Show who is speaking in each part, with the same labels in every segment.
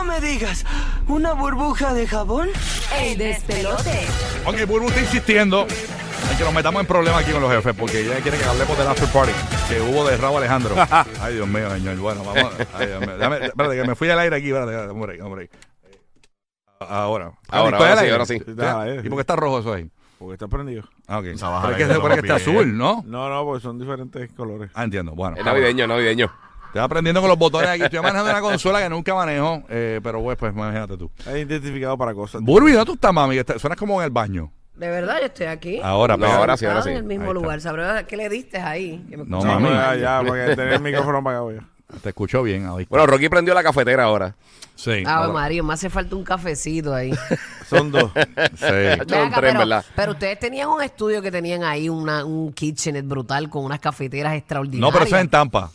Speaker 1: No me digas, ¿una burbuja de jabón?
Speaker 2: El despelote.
Speaker 3: Aunque Burbu está pues insistiendo en que nos metamos en problemas aquí con los jefes, porque ella quiere que hablemos del after party que hubo de Raúl Alejandro. Ay, Dios mío, señor. Bueno, vamos. Ay, Dios mío. Déjame- espérate, que me fui al aire aquí. Espérate, espérate, hombre, hombre. Eh, Ahora.
Speaker 4: Ahora,
Speaker 3: ¿Estoy
Speaker 4: Ah, ahora
Speaker 3: al
Speaker 4: sí,
Speaker 3: aire?
Speaker 4: ahora sí.
Speaker 3: ¿Ya?
Speaker 5: Dale.
Speaker 3: ¿Y por qué está rojo eso ahí?
Speaker 5: eh, Porque está prendido.
Speaker 3: Ah, ok.
Speaker 6: Esa baja
Speaker 3: Pero es que
Speaker 6: de
Speaker 3: se supone que está
Speaker 6: los pies.
Speaker 3: azul, ¿no?
Speaker 5: No, no, porque son diferentes colores.
Speaker 3: Ah, entiendo. Bueno.
Speaker 4: Es navideño, es navideño.
Speaker 3: Te vas aprendiendo con los botones aquí. Estoy manejando una consola que nunca manejo, eh, pero pues, pues imagínate tú.
Speaker 5: Hay identificado para cosas.
Speaker 3: Burbu, ¿y ¿dónde tú estás, mami? Que está- Suenas como en el baño.
Speaker 2: De verdad, yo estoy aquí.
Speaker 3: Ahora,
Speaker 4: No,
Speaker 3: pero-
Speaker 4: ahora sí,
Speaker 2: Estaba
Speaker 4: ahora sí.
Speaker 2: en el
Speaker 3: Ahí
Speaker 2: mismo
Speaker 3: está.
Speaker 2: lugar. ¿Sabrás qué le diste ahí? Que me
Speaker 3: No,
Speaker 5: Sí,
Speaker 2: escuchaste
Speaker 3: mami.
Speaker 5: ya,
Speaker 2: mal.
Speaker 5: ya, porque tener el micrófono apagado ya.
Speaker 3: Te escucho bien ahí.
Speaker 4: Bueno, Rocky prendió la cafetera ahora.
Speaker 3: sí.
Speaker 2: Ave María, Ah, me hace falta un cafecito ahí.
Speaker 5: Son dos.
Speaker 3: Sí.
Speaker 4: Son
Speaker 2: Ven acá,
Speaker 4: tres,
Speaker 2: pero,
Speaker 4: ¿verdad?
Speaker 2: pero ustedes tenían un estudio que tenían ahí una, un kitchenet brutal con unas cafeteras extraordinarias.
Speaker 3: No, pero eso es en Tampa.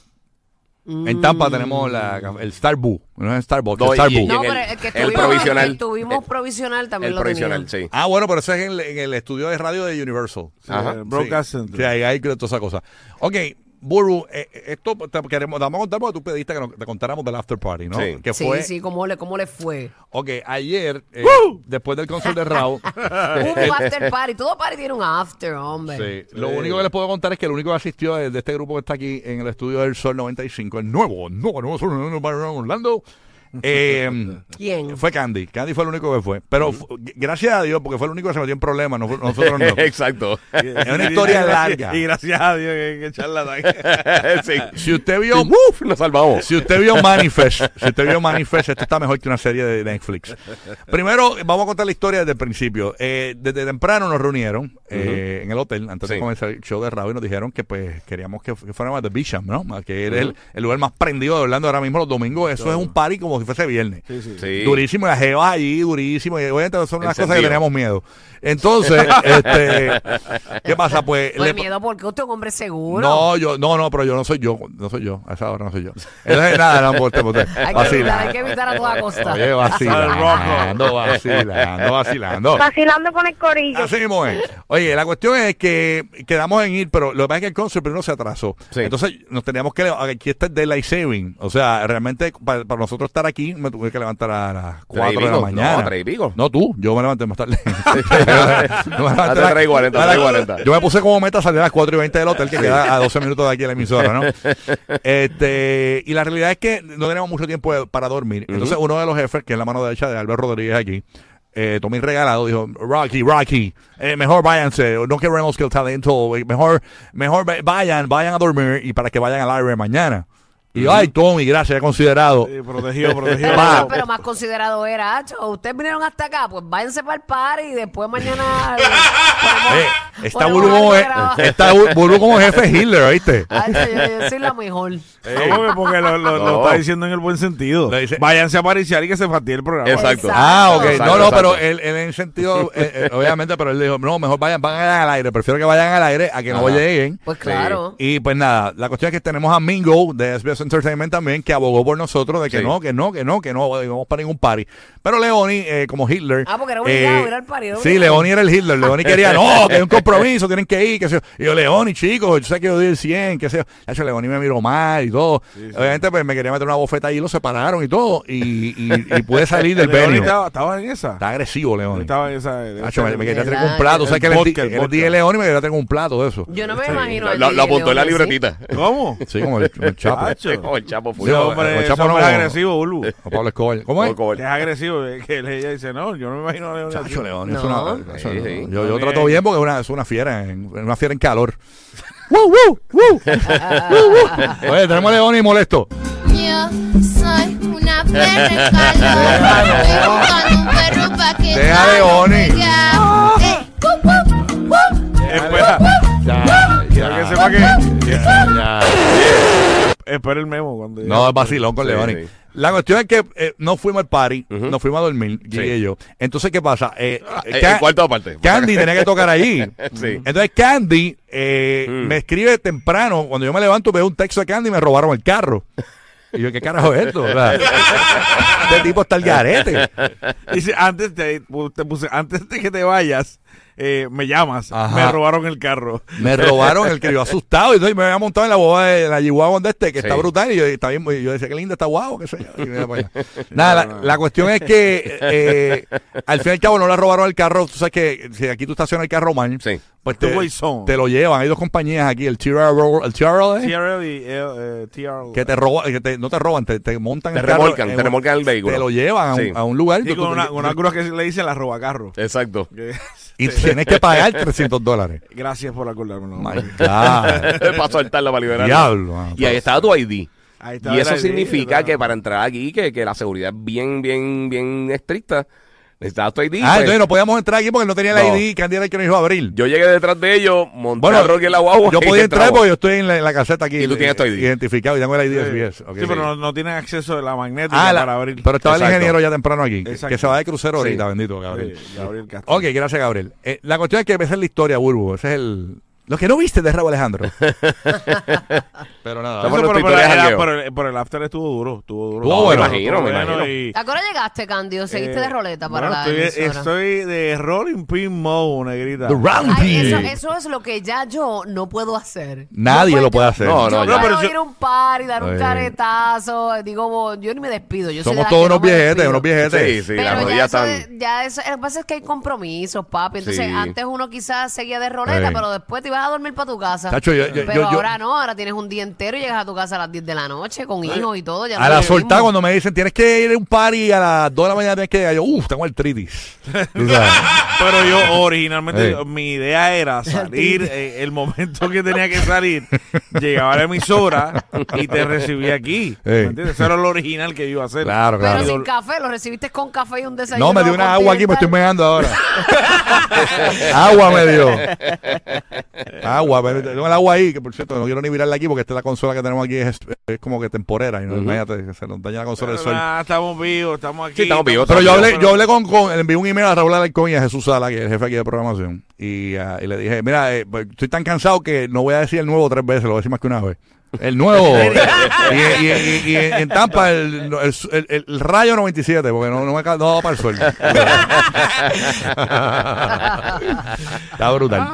Speaker 3: En Tampa tenemos la, el Starbucks. No es Starbucks,
Speaker 4: No,
Speaker 3: es
Speaker 4: y-
Speaker 3: Starbucks.
Speaker 2: No,
Speaker 4: en
Speaker 2: pero
Speaker 4: el-
Speaker 2: el que
Speaker 4: el
Speaker 2: estuvimos,
Speaker 4: provisional.
Speaker 2: el que estuvimos
Speaker 4: El-
Speaker 2: provisional también
Speaker 4: El
Speaker 2: lo
Speaker 4: provisional,
Speaker 2: tenían.
Speaker 4: sí.
Speaker 3: Ah, bueno, pero eso es en, el- en el estudio de radio de Universal.
Speaker 4: Ajá.
Speaker 5: Eh, Broadcast
Speaker 3: Sí,
Speaker 5: Center.
Speaker 3: sí, ahí hay toda esa cosa. Ok, Buru, eh, esto te, queremos, te vamos a contar porque tú pediste que nos- te contáramos del after party, ¿no?
Speaker 4: Sí.
Speaker 3: Que
Speaker 2: Sí,
Speaker 3: fue,
Speaker 2: sí, ¿cómo le, cómo le fue?
Speaker 3: Ok, ayer, eh, después del concierto de Raúl,
Speaker 2: Hubo after party. Todo party tiene un after, hombre.
Speaker 3: Sí. Lo único que les puedo contar es que el único que asistió de, de este grupo que está aquí en el estudio del Sol 95, el nuevo, nuevo, nuevo Sol 95 Orlando, eh,
Speaker 2: ¿Quién?
Speaker 3: fue Candy. Candy fue el único que fue. Pero fu- gracias a Dios, porque fue el único que se metió en problemas, no fu- nosotros no.
Speaker 4: Exacto.
Speaker 3: Es una historia
Speaker 5: Y gracias-
Speaker 3: larga.
Speaker 5: Y gracias a Dios que, que charlatán.
Speaker 4: sí.
Speaker 3: Si usted vio...
Speaker 4: Uf, nos salvamos.
Speaker 3: Si usted vio Manifest, si usted vio Manifest, esto está mejor que una serie de Netflix. Primero, vamos a contar la historia desde el principio. Eh, desde temprano nos reunieron eh, en el hotel antes de
Speaker 4: Sí.
Speaker 3: comenzar el show de Raúl y nos dijeron que pues queríamos que, que fuéramos a The Bisham, ¿no? A Que era el, el lugar más prendido de Orlando ahora mismo los domingos. Eso es un party como si fuese viernes.
Speaker 5: Sí, sí.
Speaker 4: Sí.
Speaker 3: Durísimo, las jevas allí, durísimo. Y obviamente son las cosas que
Speaker 4: Encendido.
Speaker 3: teníamos miedo. Entonces, este, ¿qué pasa? Pues,
Speaker 2: Pues
Speaker 3: le-
Speaker 2: miedo porque usted es un hombre seguro.
Speaker 3: no, yo, no, no, pero yo no soy yo, no soy yo, a esa hora no soy yo. Entonces, nada, no, volte, volte.
Speaker 2: Hay que, evitar, hay que evitar a toda costa.
Speaker 3: Oye, vacilando, vacilando, vacilando.
Speaker 7: Vacilando con el corillo.
Speaker 3: Así mismo es. Oye, la cuestión es que quedamos en ir, pero lo que pasa es que el concert primero se atrasó.
Speaker 4: Sí.
Speaker 3: Entonces nos teníamos que... levantar, Aquí está el daylight saving. O sea, realmente para, para nosotros estar aquí me tuve que levantar a las 4 de la
Speaker 4: pico,
Speaker 3: mañana.
Speaker 4: no, tres y pico.
Speaker 3: No, tú. Yo me levanté más tarde. Yo me levanté
Speaker 4: Hasta
Speaker 3: a la-
Speaker 4: tres y cuarenta,
Speaker 3: a la-
Speaker 4: tres y cuarenta.
Speaker 3: Yo me puse como meta salir a las 4 y 20 del hotel, que queda a 12 minutos de aquí a la emisora, ¿no? Este, y la realidad es que no tenemos mucho tiempo de- para dormir. Entonces, uno de los jefes, que es la mano derecha de Albert Rodríguez aquí, eh, Tommy Regalado dijo, Rocky, Rocky, eh, mejor váyanse, no queremos que el talento, eh, mejor, mejor ve- vayan, vayan a dormir y para que vayan al aire mañana. Y yo, ay, Tommy, gracias, he considerado.
Speaker 5: Sí, protegido, protegido.
Speaker 2: Pero,
Speaker 3: Eh, Va.
Speaker 2: pero más considerado era, "Acho, ustedes vinieron hasta acá, pues váyanse para el par y después mañana. eh,
Speaker 3: Eh,
Speaker 2: ponemos-
Speaker 3: está
Speaker 2: ponemos
Speaker 3: Burbu como,
Speaker 2: algo
Speaker 3: je-
Speaker 2: grabado".
Speaker 3: está Bur- Burbu como jefe de Hitler, ¿viste?
Speaker 2: Acho, yo, yo soy la mejor.
Speaker 5: No, porque- porque lo, lo- lo
Speaker 4: No.
Speaker 5: está diciendo en el buen sentido.
Speaker 3: Lo dice-
Speaker 5: Váyanse a pariciar y que se fastidie el programa.
Speaker 4: Exacto.
Speaker 2: Exacto.
Speaker 3: Ah, ok.
Speaker 4: Exacto,
Speaker 3: no, no,
Speaker 4: exacto.
Speaker 3: pero él, él en sentido, eh, eh, obviamente, pero él dijo, no, mejor vayan, vayan al aire. Prefiero que vayan al aire a que no
Speaker 4: Ajá.
Speaker 3: lleguen.
Speaker 2: Pues claro.
Speaker 3: Y pues nada, la cuestión es que tenemos a Mingo de SBS Entertainment también, que abogó por nosotros de que
Speaker 4: Sí.
Speaker 3: no, que no, que no, que no, eh, vamos para ningún party. Pero Leoni, eh, como Hitler.
Speaker 2: Ah, porque era obligado,
Speaker 3: eh,
Speaker 2: era el party, era
Speaker 3: Sí,
Speaker 2: obligado.
Speaker 3: Leoni era el Hitler. Leoni quería, no, que hay un compromiso, tienen que ir. Que sé yo. Y yo, Leoni, chicos, yo sé que yo doy el 100, que sé yo. De hecho, Leoni me miró mal y todo. Obviamente, pues me quería meter una bofeta ahí, lo separaron y todo. Y, y- y pude salir del
Speaker 5: El Leoni
Speaker 3: venue.
Speaker 5: estaba, estaba en esa.
Speaker 3: Está agresivo, León.
Speaker 5: Estaba en esa. de-
Speaker 3: Nacho, me, me quería
Speaker 2: ¿Verdad?
Speaker 3: tener un plato. ¿Sabes
Speaker 5: El
Speaker 3: que le di-
Speaker 5: vodka, el
Speaker 3: le di
Speaker 5: vodka.
Speaker 3: a León y me quería tener un plato de eso?
Speaker 2: Yo no me imagino. al
Speaker 4: Lo,
Speaker 2: DJ
Speaker 4: lo apuntó en la
Speaker 2: León así.
Speaker 4: libretita.
Speaker 5: ¿Cómo?
Speaker 3: Sí, como el, como el Chapo.
Speaker 5: Nacho.
Speaker 4: Oh, el chapo
Speaker 5: Ese
Speaker 4: fue.
Speaker 3: No,
Speaker 5: hombre,
Speaker 3: el
Speaker 5: ese
Speaker 3: Chapo
Speaker 5: hombre
Speaker 3: no-
Speaker 5: es agresivo, Bulbu.
Speaker 3: O Pablo Escobar. ¿Cómo es?
Speaker 5: Que es agresivo. eh, Que ella dice, no, yo no me imagino a Leoni así.
Speaker 3: Chacho, León. es
Speaker 2: No.
Speaker 3: una- eso
Speaker 4: Sí,
Speaker 3: no.
Speaker 4: sí.
Speaker 3: Yo, yo
Speaker 5: Está
Speaker 3: trato bien
Speaker 5: bien.
Speaker 3: porque es una, es una fiera, en, una fiera en calor. ¡Woo, woo, woo! ¡Woo, woo! Oye, tenemos a León y molesto.
Speaker 8: Yo soy una perra en calor. Estoy buscando un perro para que
Speaker 3: Deja de
Speaker 8: no
Speaker 3: Oni.
Speaker 8: me diga. Eh, cup, cup, cup.
Speaker 5: Espera,
Speaker 3: Ya,
Speaker 5: quiero que sepa que.
Speaker 3: ya.
Speaker 5: Espera eh, el memo cuando llegue.
Speaker 3: No, es vacilón con
Speaker 4: Sí,
Speaker 3: Leoni.
Speaker 4: sí.
Speaker 3: La cuestión es que eh, no fuimos al party, nos fuimos a dormir, Guille
Speaker 4: Sí.
Speaker 3: y yo. Entonces, ¿qué pasa? Eh,
Speaker 4: eh,
Speaker 3: Ca-
Speaker 4: en cuarto aparte.
Speaker 3: Candy tenía que tocar allí.
Speaker 4: Sí. Mm.
Speaker 3: Entonces, Candy eh, me escribe temprano. Cuando yo me levanto, veo un texto de Candy y me robaron el carro. Y yo, ¿qué carajo es esto? O sea, este tipo está el garete.
Speaker 5: Dice, antes de, te puse, antes de que te vayas, eh, me llamas.
Speaker 3: Ajá.
Speaker 5: Me robaron el carro.
Speaker 3: Me robaron el que yo asustado. Y entonces me había montado en la boba de la G-Wagon de este, que está
Speaker 4: Sí.
Speaker 3: brutal. Y yo, está bien, y yo decía, qué linda está guau, qué sé yo. Y mira para allá. Nada, la, la cuestión es que eh, al fin y al cabo no le robaron el carro. Tú sabes que si aquí tú estacionas el carro mal,
Speaker 4: Sí.
Speaker 3: pues te,
Speaker 5: Two-way zone.
Speaker 3: te lo llevan. Hay dos compañías aquí, el TRL, el TRL, ¿eh?
Speaker 5: TRL y eh, eh, TRL.
Speaker 3: que te roba, que te- no te roban, te, te montan
Speaker 4: Te
Speaker 3: el carro
Speaker 4: remolcan,
Speaker 3: en
Speaker 4: te
Speaker 3: un-
Speaker 4: remolcan el vehículo.
Speaker 3: eh, Te lo llevan a un,
Speaker 4: Sí.
Speaker 3: a un lugar
Speaker 5: Sí,
Speaker 3: tú-
Speaker 5: con
Speaker 3: tú-
Speaker 5: una,
Speaker 3: tú-
Speaker 5: con una cruz que le dicen la robacarro.
Speaker 4: Exacto.
Speaker 5: Que-
Speaker 3: y tienes que pagar 300 dólares.
Speaker 5: Eh, Gracias por acordármelo.
Speaker 3: My God.
Speaker 4: para soltarla, para liberarla.
Speaker 3: Diablo. mano.
Speaker 4: Y ahí estaba tu ID.
Speaker 5: Ahí está
Speaker 4: Y eso
Speaker 5: el ID,
Speaker 4: significa
Speaker 5: ¿verdad?
Speaker 4: que para entrar aquí, que, que la seguridad es bien, bien, bien estricta, necesitabas tu ID.
Speaker 3: Ah,
Speaker 4: pues,
Speaker 3: entonces no podíamos entrar aquí porque no tenía la
Speaker 4: No.
Speaker 3: ID, Candy era el que nos dijo a abrir.
Speaker 4: Yo llegué detrás de ellos, monté
Speaker 3: Bueno,
Speaker 4: a Rocky en la guagua.
Speaker 3: yo
Speaker 4: y
Speaker 3: podía entrar
Speaker 4: entramos.
Speaker 3: porque yo estoy en la, en la caseta aquí.
Speaker 4: Y tú tienes tu ID.
Speaker 3: Identificado y tengo el ID de SBS. ok.
Speaker 5: Sí, pero no, no tienen acceso a la magnética
Speaker 3: Ah, la-
Speaker 5: para abrir.
Speaker 3: pero estaba el
Speaker 4: Exacto.
Speaker 3: ingeniero ya temprano aquí, que-
Speaker 5: Exacto.
Speaker 3: que se va de crucero
Speaker 4: Sí.
Speaker 3: ahorita, bendito Gabriel.
Speaker 5: Sí, Gabriel Castro.
Speaker 3: Ok, gracias Gabriel. Eh, la cuestión es que esa es la historia, Burbu. Ese es el... Lo que no viste de Rabo Alejandro. pero nada.
Speaker 5: Eso,
Speaker 4: Estamos en los
Speaker 5: pero, pero,
Speaker 4: tutoriales
Speaker 5: era-
Speaker 4: jangueo.
Speaker 5: pero el, pero el after estuvo duro, estuvo duro.
Speaker 3: Estuvo bueno.
Speaker 4: Me imagino, me imagino.
Speaker 5: y-
Speaker 2: ¿A qué hora llegaste, Candy? ¿O seguiste
Speaker 5: eh,
Speaker 2: de roleta para
Speaker 5: bueno,
Speaker 2: la
Speaker 5: estoy,
Speaker 2: emisora?
Speaker 5: estoy de rolling pin mode, negrita.
Speaker 3: The Round
Speaker 2: Ay, eso,
Speaker 3: Pig.
Speaker 2: eso es lo que ya yo no puedo hacer.
Speaker 3: Nadie
Speaker 2: No
Speaker 3: lo puede
Speaker 2: yo-
Speaker 3: hacer.
Speaker 4: No,
Speaker 2: yo
Speaker 4: no,
Speaker 2: no,
Speaker 4: ya.
Speaker 5: pero
Speaker 2: puedo
Speaker 5: yo-
Speaker 2: ir a un par y dar un
Speaker 3: Eh.
Speaker 2: caretazo. eh, Digo, bo- yo ni me despido. Yo soy de
Speaker 3: Somos
Speaker 2: la
Speaker 3: todos
Speaker 2: que no
Speaker 3: unos
Speaker 2: me
Speaker 3: viejetes,
Speaker 2: despido.
Speaker 3: unos viejetes.
Speaker 4: Sí, sí, las
Speaker 2: pero ya
Speaker 4: rodillas
Speaker 2: eso,
Speaker 4: están.
Speaker 2: de- ya eso, lo que pasa es que hay compromisos, papi. Entonces,
Speaker 4: Sí.
Speaker 2: antes uno quizás seguía de roleta,
Speaker 3: Sí.
Speaker 2: pero después te ibas a dormir para tu casa.
Speaker 3: Tacho, yo- yo-
Speaker 2: pero
Speaker 3: yo- yo-
Speaker 2: ahora no, ahora tienes un día entero y llegas a tu casa a las 10 de la noche con hijos y todo. Ya no
Speaker 3: A
Speaker 2: es
Speaker 3: la
Speaker 2: lo mismo.
Speaker 3: soltada cuando me dicen tienes que ir a un party a las 2 de la mañana tienes que llegar. Yo, uff, tengo artritis. Tú sabes.
Speaker 5: Pero yo originalmente,
Speaker 3: Sí.
Speaker 5: yo- mi idea era salir eh, el momento que tenía que salir, llegaba a la emisora y te recibía aquí. ¿Me
Speaker 3: Sí.
Speaker 5: entiendes? Eso era lo original que yo iba a hacer.
Speaker 3: Claro,
Speaker 2: Pero
Speaker 3: claro.
Speaker 2: sin café, lo recibiste con café y un desayuno.
Speaker 3: No, me dio una agua aquí, me estoy
Speaker 2: continental.
Speaker 3: meando ahora. agua me dio. Agua, pero tengo el agua ahí, que por cierto, no quiero ni mirarla aquí porque esta es la consola que tenemos aquí, es, es como que temporera. Y no, imagínate, se nos daña la consola
Speaker 5: Pero
Speaker 3: del sol.
Speaker 5: nada, estamos vivos, estamos aquí.
Speaker 4: Sí, estamos vivos,
Speaker 3: Pero yo
Speaker 4: Pero-
Speaker 3: hablé, yo hablé con, con- le envié un email a Raúl Alarcón y a Jesús Sala, que es el jefe aquí de programación, y, ah, y le dije, mira, eh, pues, estoy tan cansado que no voy a decir el nuevo tres veces, lo voy a decir más que una vez. El nuevo. y, y- y- y- y en Tampa, el, el- el- el rayo 97, porque no, no me ca- no va para el suelo. Está brutal.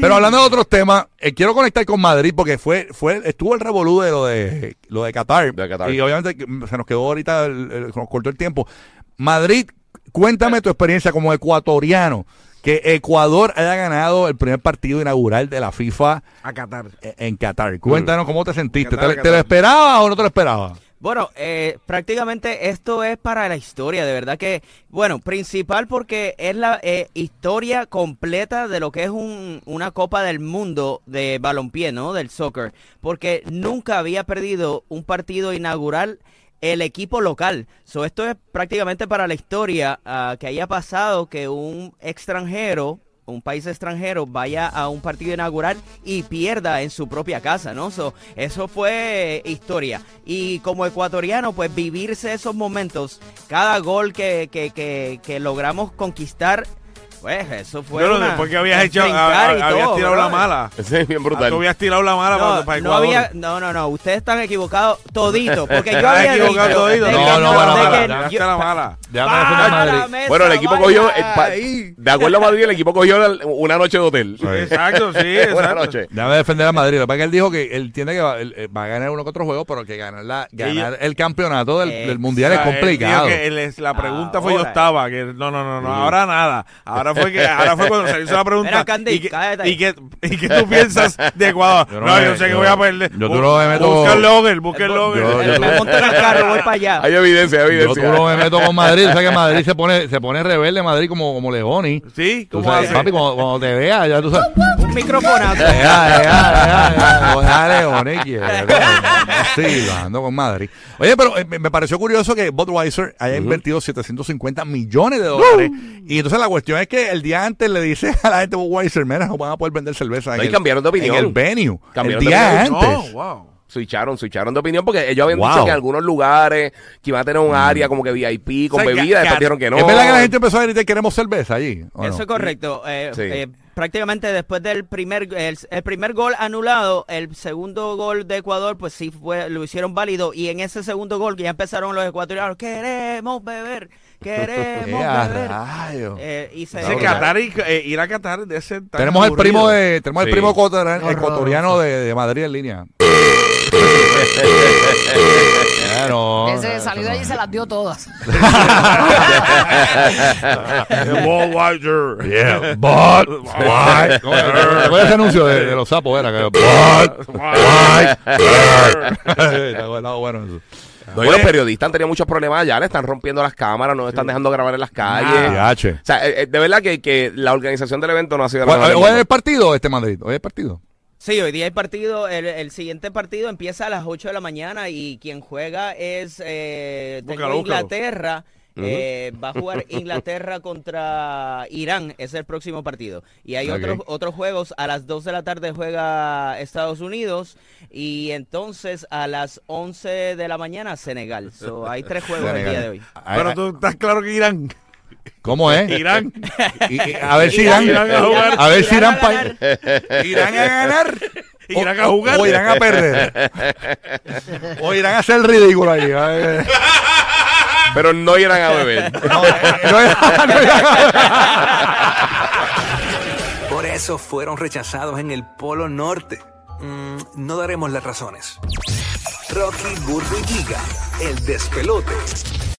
Speaker 3: Pero hablando de otros temas, eh, quiero conectar con Madrid porque fue, fue, estuvo el revolú de lo de lo de Qatar.
Speaker 4: De Qatar.
Speaker 3: Y obviamente que, mm, se nos quedó ahorita, el- el- se nos cortó el tiempo. Madrid, cuéntame tu experiencia como ecuatoriano. Que Ecuador haya ganado el primer partido inaugural de la FIFA
Speaker 5: A Qatar.
Speaker 3: e- en Qatar. Cuéntanos cómo te sentiste.
Speaker 5: Qatar,
Speaker 3: ¿Te, te lo
Speaker 5: Qatar.
Speaker 3: esperabas o no te lo esperabas?
Speaker 6: Bueno, eh, prácticamente esto es para la historia, de verdad que, bueno, principal porque es la eh, historia completa de lo que es un- una Copa del Mundo de balompié, ¿no? Del soccer, porque nunca había perdido un partido inaugural el equipo local. So, esto es prácticamente para la historia ah, que haya pasado que un extranjero un país extranjero vaya a un partido inaugural y pierda en su propia casa, ¿no? So, eso fue historia. Y como ecuatoriano, pues vivirse esos momentos, cada gol que, que, que, que logramos conquistar, pues eso fue.
Speaker 5: Bueno,
Speaker 6: una-
Speaker 5: después que habías hecho,
Speaker 6: brincar
Speaker 5: a-
Speaker 6: y
Speaker 5: a- habías
Speaker 6: todo,
Speaker 5: tirado la
Speaker 6: brother.
Speaker 5: mala.
Speaker 4: Ese es bien
Speaker 5: Ah,
Speaker 4: brutal.
Speaker 5: Tú habías tirado la mala para,
Speaker 6: No,
Speaker 5: para
Speaker 6: no,
Speaker 5: Ecuador.
Speaker 6: había- no, no, no, ustedes están equivocados todito, porque yo
Speaker 5: Estás
Speaker 6: había
Speaker 5: equivocado
Speaker 6: dicho
Speaker 5: todito.
Speaker 6: de
Speaker 3: No,
Speaker 6: que-
Speaker 3: no, para
Speaker 6: de
Speaker 3: nada.
Speaker 6: que-
Speaker 5: Tiraste
Speaker 6: yo-
Speaker 5: la mala.
Speaker 3: Déjame
Speaker 6: ¡Para
Speaker 3: defender a
Speaker 6: la
Speaker 3: Madrid.
Speaker 6: mesa,
Speaker 4: Bueno, el equipo
Speaker 6: vaya!
Speaker 4: cogió, el pa- de acuerdo a Madrid, el equipo cogió la- una noche de hotel.
Speaker 5: Exacto, sí,
Speaker 4: Buenas
Speaker 5: exacto.
Speaker 4: noches.
Speaker 3: Déjame defender a Madrid. Lo que pasa es que él dijo que él entiende que va, él, eh, va a ganar uno que otro juego, pero que ganar, la, ganar el campeonato del, del mundial es
Speaker 5: O sea, él
Speaker 3: complicado.
Speaker 5: dijo que él es- la pregunta fue yo
Speaker 6: Ahora.
Speaker 5: estaba, que no, no, no, no, ahora nada. Ahora fue que ahora fue cuando se hizo la pregunta.
Speaker 6: Mira, Candy,
Speaker 5: y, que,
Speaker 6: cállate ahí.
Speaker 5: y que- y que tú piensas de Ecuador.
Speaker 3: Yo
Speaker 5: No,
Speaker 3: no me-
Speaker 5: yo sé que
Speaker 3: yo-
Speaker 5: voy a perder.
Speaker 3: yo tú no me meto-
Speaker 5: Busca el logger, busca el logger.
Speaker 3: Yo- yo-
Speaker 6: Me monto en el carro, voy para allá.
Speaker 4: Hay evidencia, hay
Speaker 3: Yo tú
Speaker 4: evidencia.
Speaker 3: no me meto con Madrid, o sea que Madrid se pone, se pone rebelde Madrid como, como Leoni.
Speaker 5: Sí,
Speaker 3: Tú
Speaker 5: ¿cómo
Speaker 3: sabes,
Speaker 5: hace?
Speaker 3: papi, cuando, cuando te vea, ya tú sabes.
Speaker 6: Un microfonazo.
Speaker 3: Ya, ya, ya, ya, o sea, Leoni quiere. Sí, ando con Madrid. Oye, pero eh, me me pareció curioso que Budweiser haya invertido 750 millones de dólares. Y entonces la cuestión es que el día antes le dice a la gente de Budweiser, mira, no van a poder vender cerveza. en
Speaker 4: Ahí
Speaker 3: el-
Speaker 4: cambiaron de opinión.
Speaker 3: En el venue.
Speaker 4: Cambiaron
Speaker 3: el
Speaker 4: de
Speaker 3: día
Speaker 4: opinión.
Speaker 3: antes.
Speaker 5: No, wow.
Speaker 4: Switcharon, switcharon de opinión porque ellos habían
Speaker 3: Wow. Mm.
Speaker 4: dicho que en algunos lugares que iban a tener un área como que VIP con
Speaker 5: O sea, que-
Speaker 4: bebidas,
Speaker 5: que-
Speaker 4: después dijeron que no.
Speaker 3: Es verdad que la gente empezó a gritar, queremos cerveza allí. ¿o no?
Speaker 6: Eso es correcto. Eh,
Speaker 4: Sí.
Speaker 6: eh, prácticamente después del primer el, el primer gol anulado, el segundo gol de Ecuador, pues sí fue, lo hicieron válido. Y en ese segundo gol que ya empezaron los ecuatorianos, queremos beber, queremos
Speaker 3: Eh, a
Speaker 6: beber.
Speaker 3: rayos.
Speaker 6: Eh, y se,
Speaker 5: Ese
Speaker 3: Claro,
Speaker 5: Qatar y- eh, ir a Qatar de ese tan
Speaker 3: Tenemos el
Speaker 5: aburrido.
Speaker 3: primo de, tenemos el
Speaker 4: Sí.
Speaker 3: primo ecuatoriano, ecuatoriano de, de Madrid en línea. Claro.
Speaker 2: Ese salió de allí y se las dio todas.
Speaker 5: Eh, Budweiser.
Speaker 3: Yeah, but why? ¿Cómo era? ¿Te acuerdas ese anuncio de, de los sapos? Era que but why? Está bueno, bueno eso.
Speaker 4: No, y los periodistas han tenido muchos problemas allá, le están rompiendo las cámaras, no están dejando grabar en las
Speaker 3: Ah.
Speaker 4: calles.
Speaker 3: Diache.
Speaker 4: O sea, eh, eh, de verdad que, que la organización del evento no ha sido la
Speaker 3: Bueno,
Speaker 4: mejor del
Speaker 3: Hoy es
Speaker 4: mundo.
Speaker 3: el partido este Madrid, hoy es el partido.
Speaker 6: sí, hoy día hay partido, el, el siguiente partido empieza a las 8 de la mañana y quien juega es eh, tengo
Speaker 5: Búscalo, búscalo.
Speaker 6: Inglaterra. eh, va a jugar Inglaterra contra Irán, es el próximo partido. Y hay
Speaker 3: Ok.
Speaker 6: otros otros juegos, a las 2 de la tarde juega Estados Unidos y entonces a las 11 de la mañana Senegal. So, hay tres juegos el día de hoy.
Speaker 3: Ay,
Speaker 5: Pero
Speaker 3: ay,
Speaker 5: tú estás claro que Irán.
Speaker 3: ¿Cómo es?
Speaker 5: Irán.
Speaker 3: Y- y- a ver si
Speaker 6: Irán,
Speaker 3: irán,
Speaker 5: Irán a jugar.
Speaker 3: a ver si
Speaker 6: Irán
Speaker 3: irán
Speaker 6: a
Speaker 3: pa-
Speaker 5: Irán a ganar. Irán a
Speaker 3: o-
Speaker 5: jugar.
Speaker 3: O irán a perder. o irán a hacer ridículo ahí. A ver.
Speaker 4: Pero no irán a beber.
Speaker 3: No, eh, no es- no es-
Speaker 1: Por eso fueron rechazados en el Polo Norte. Mm, no daremos las razones. Rocky, Burbu y Giga, el despelote.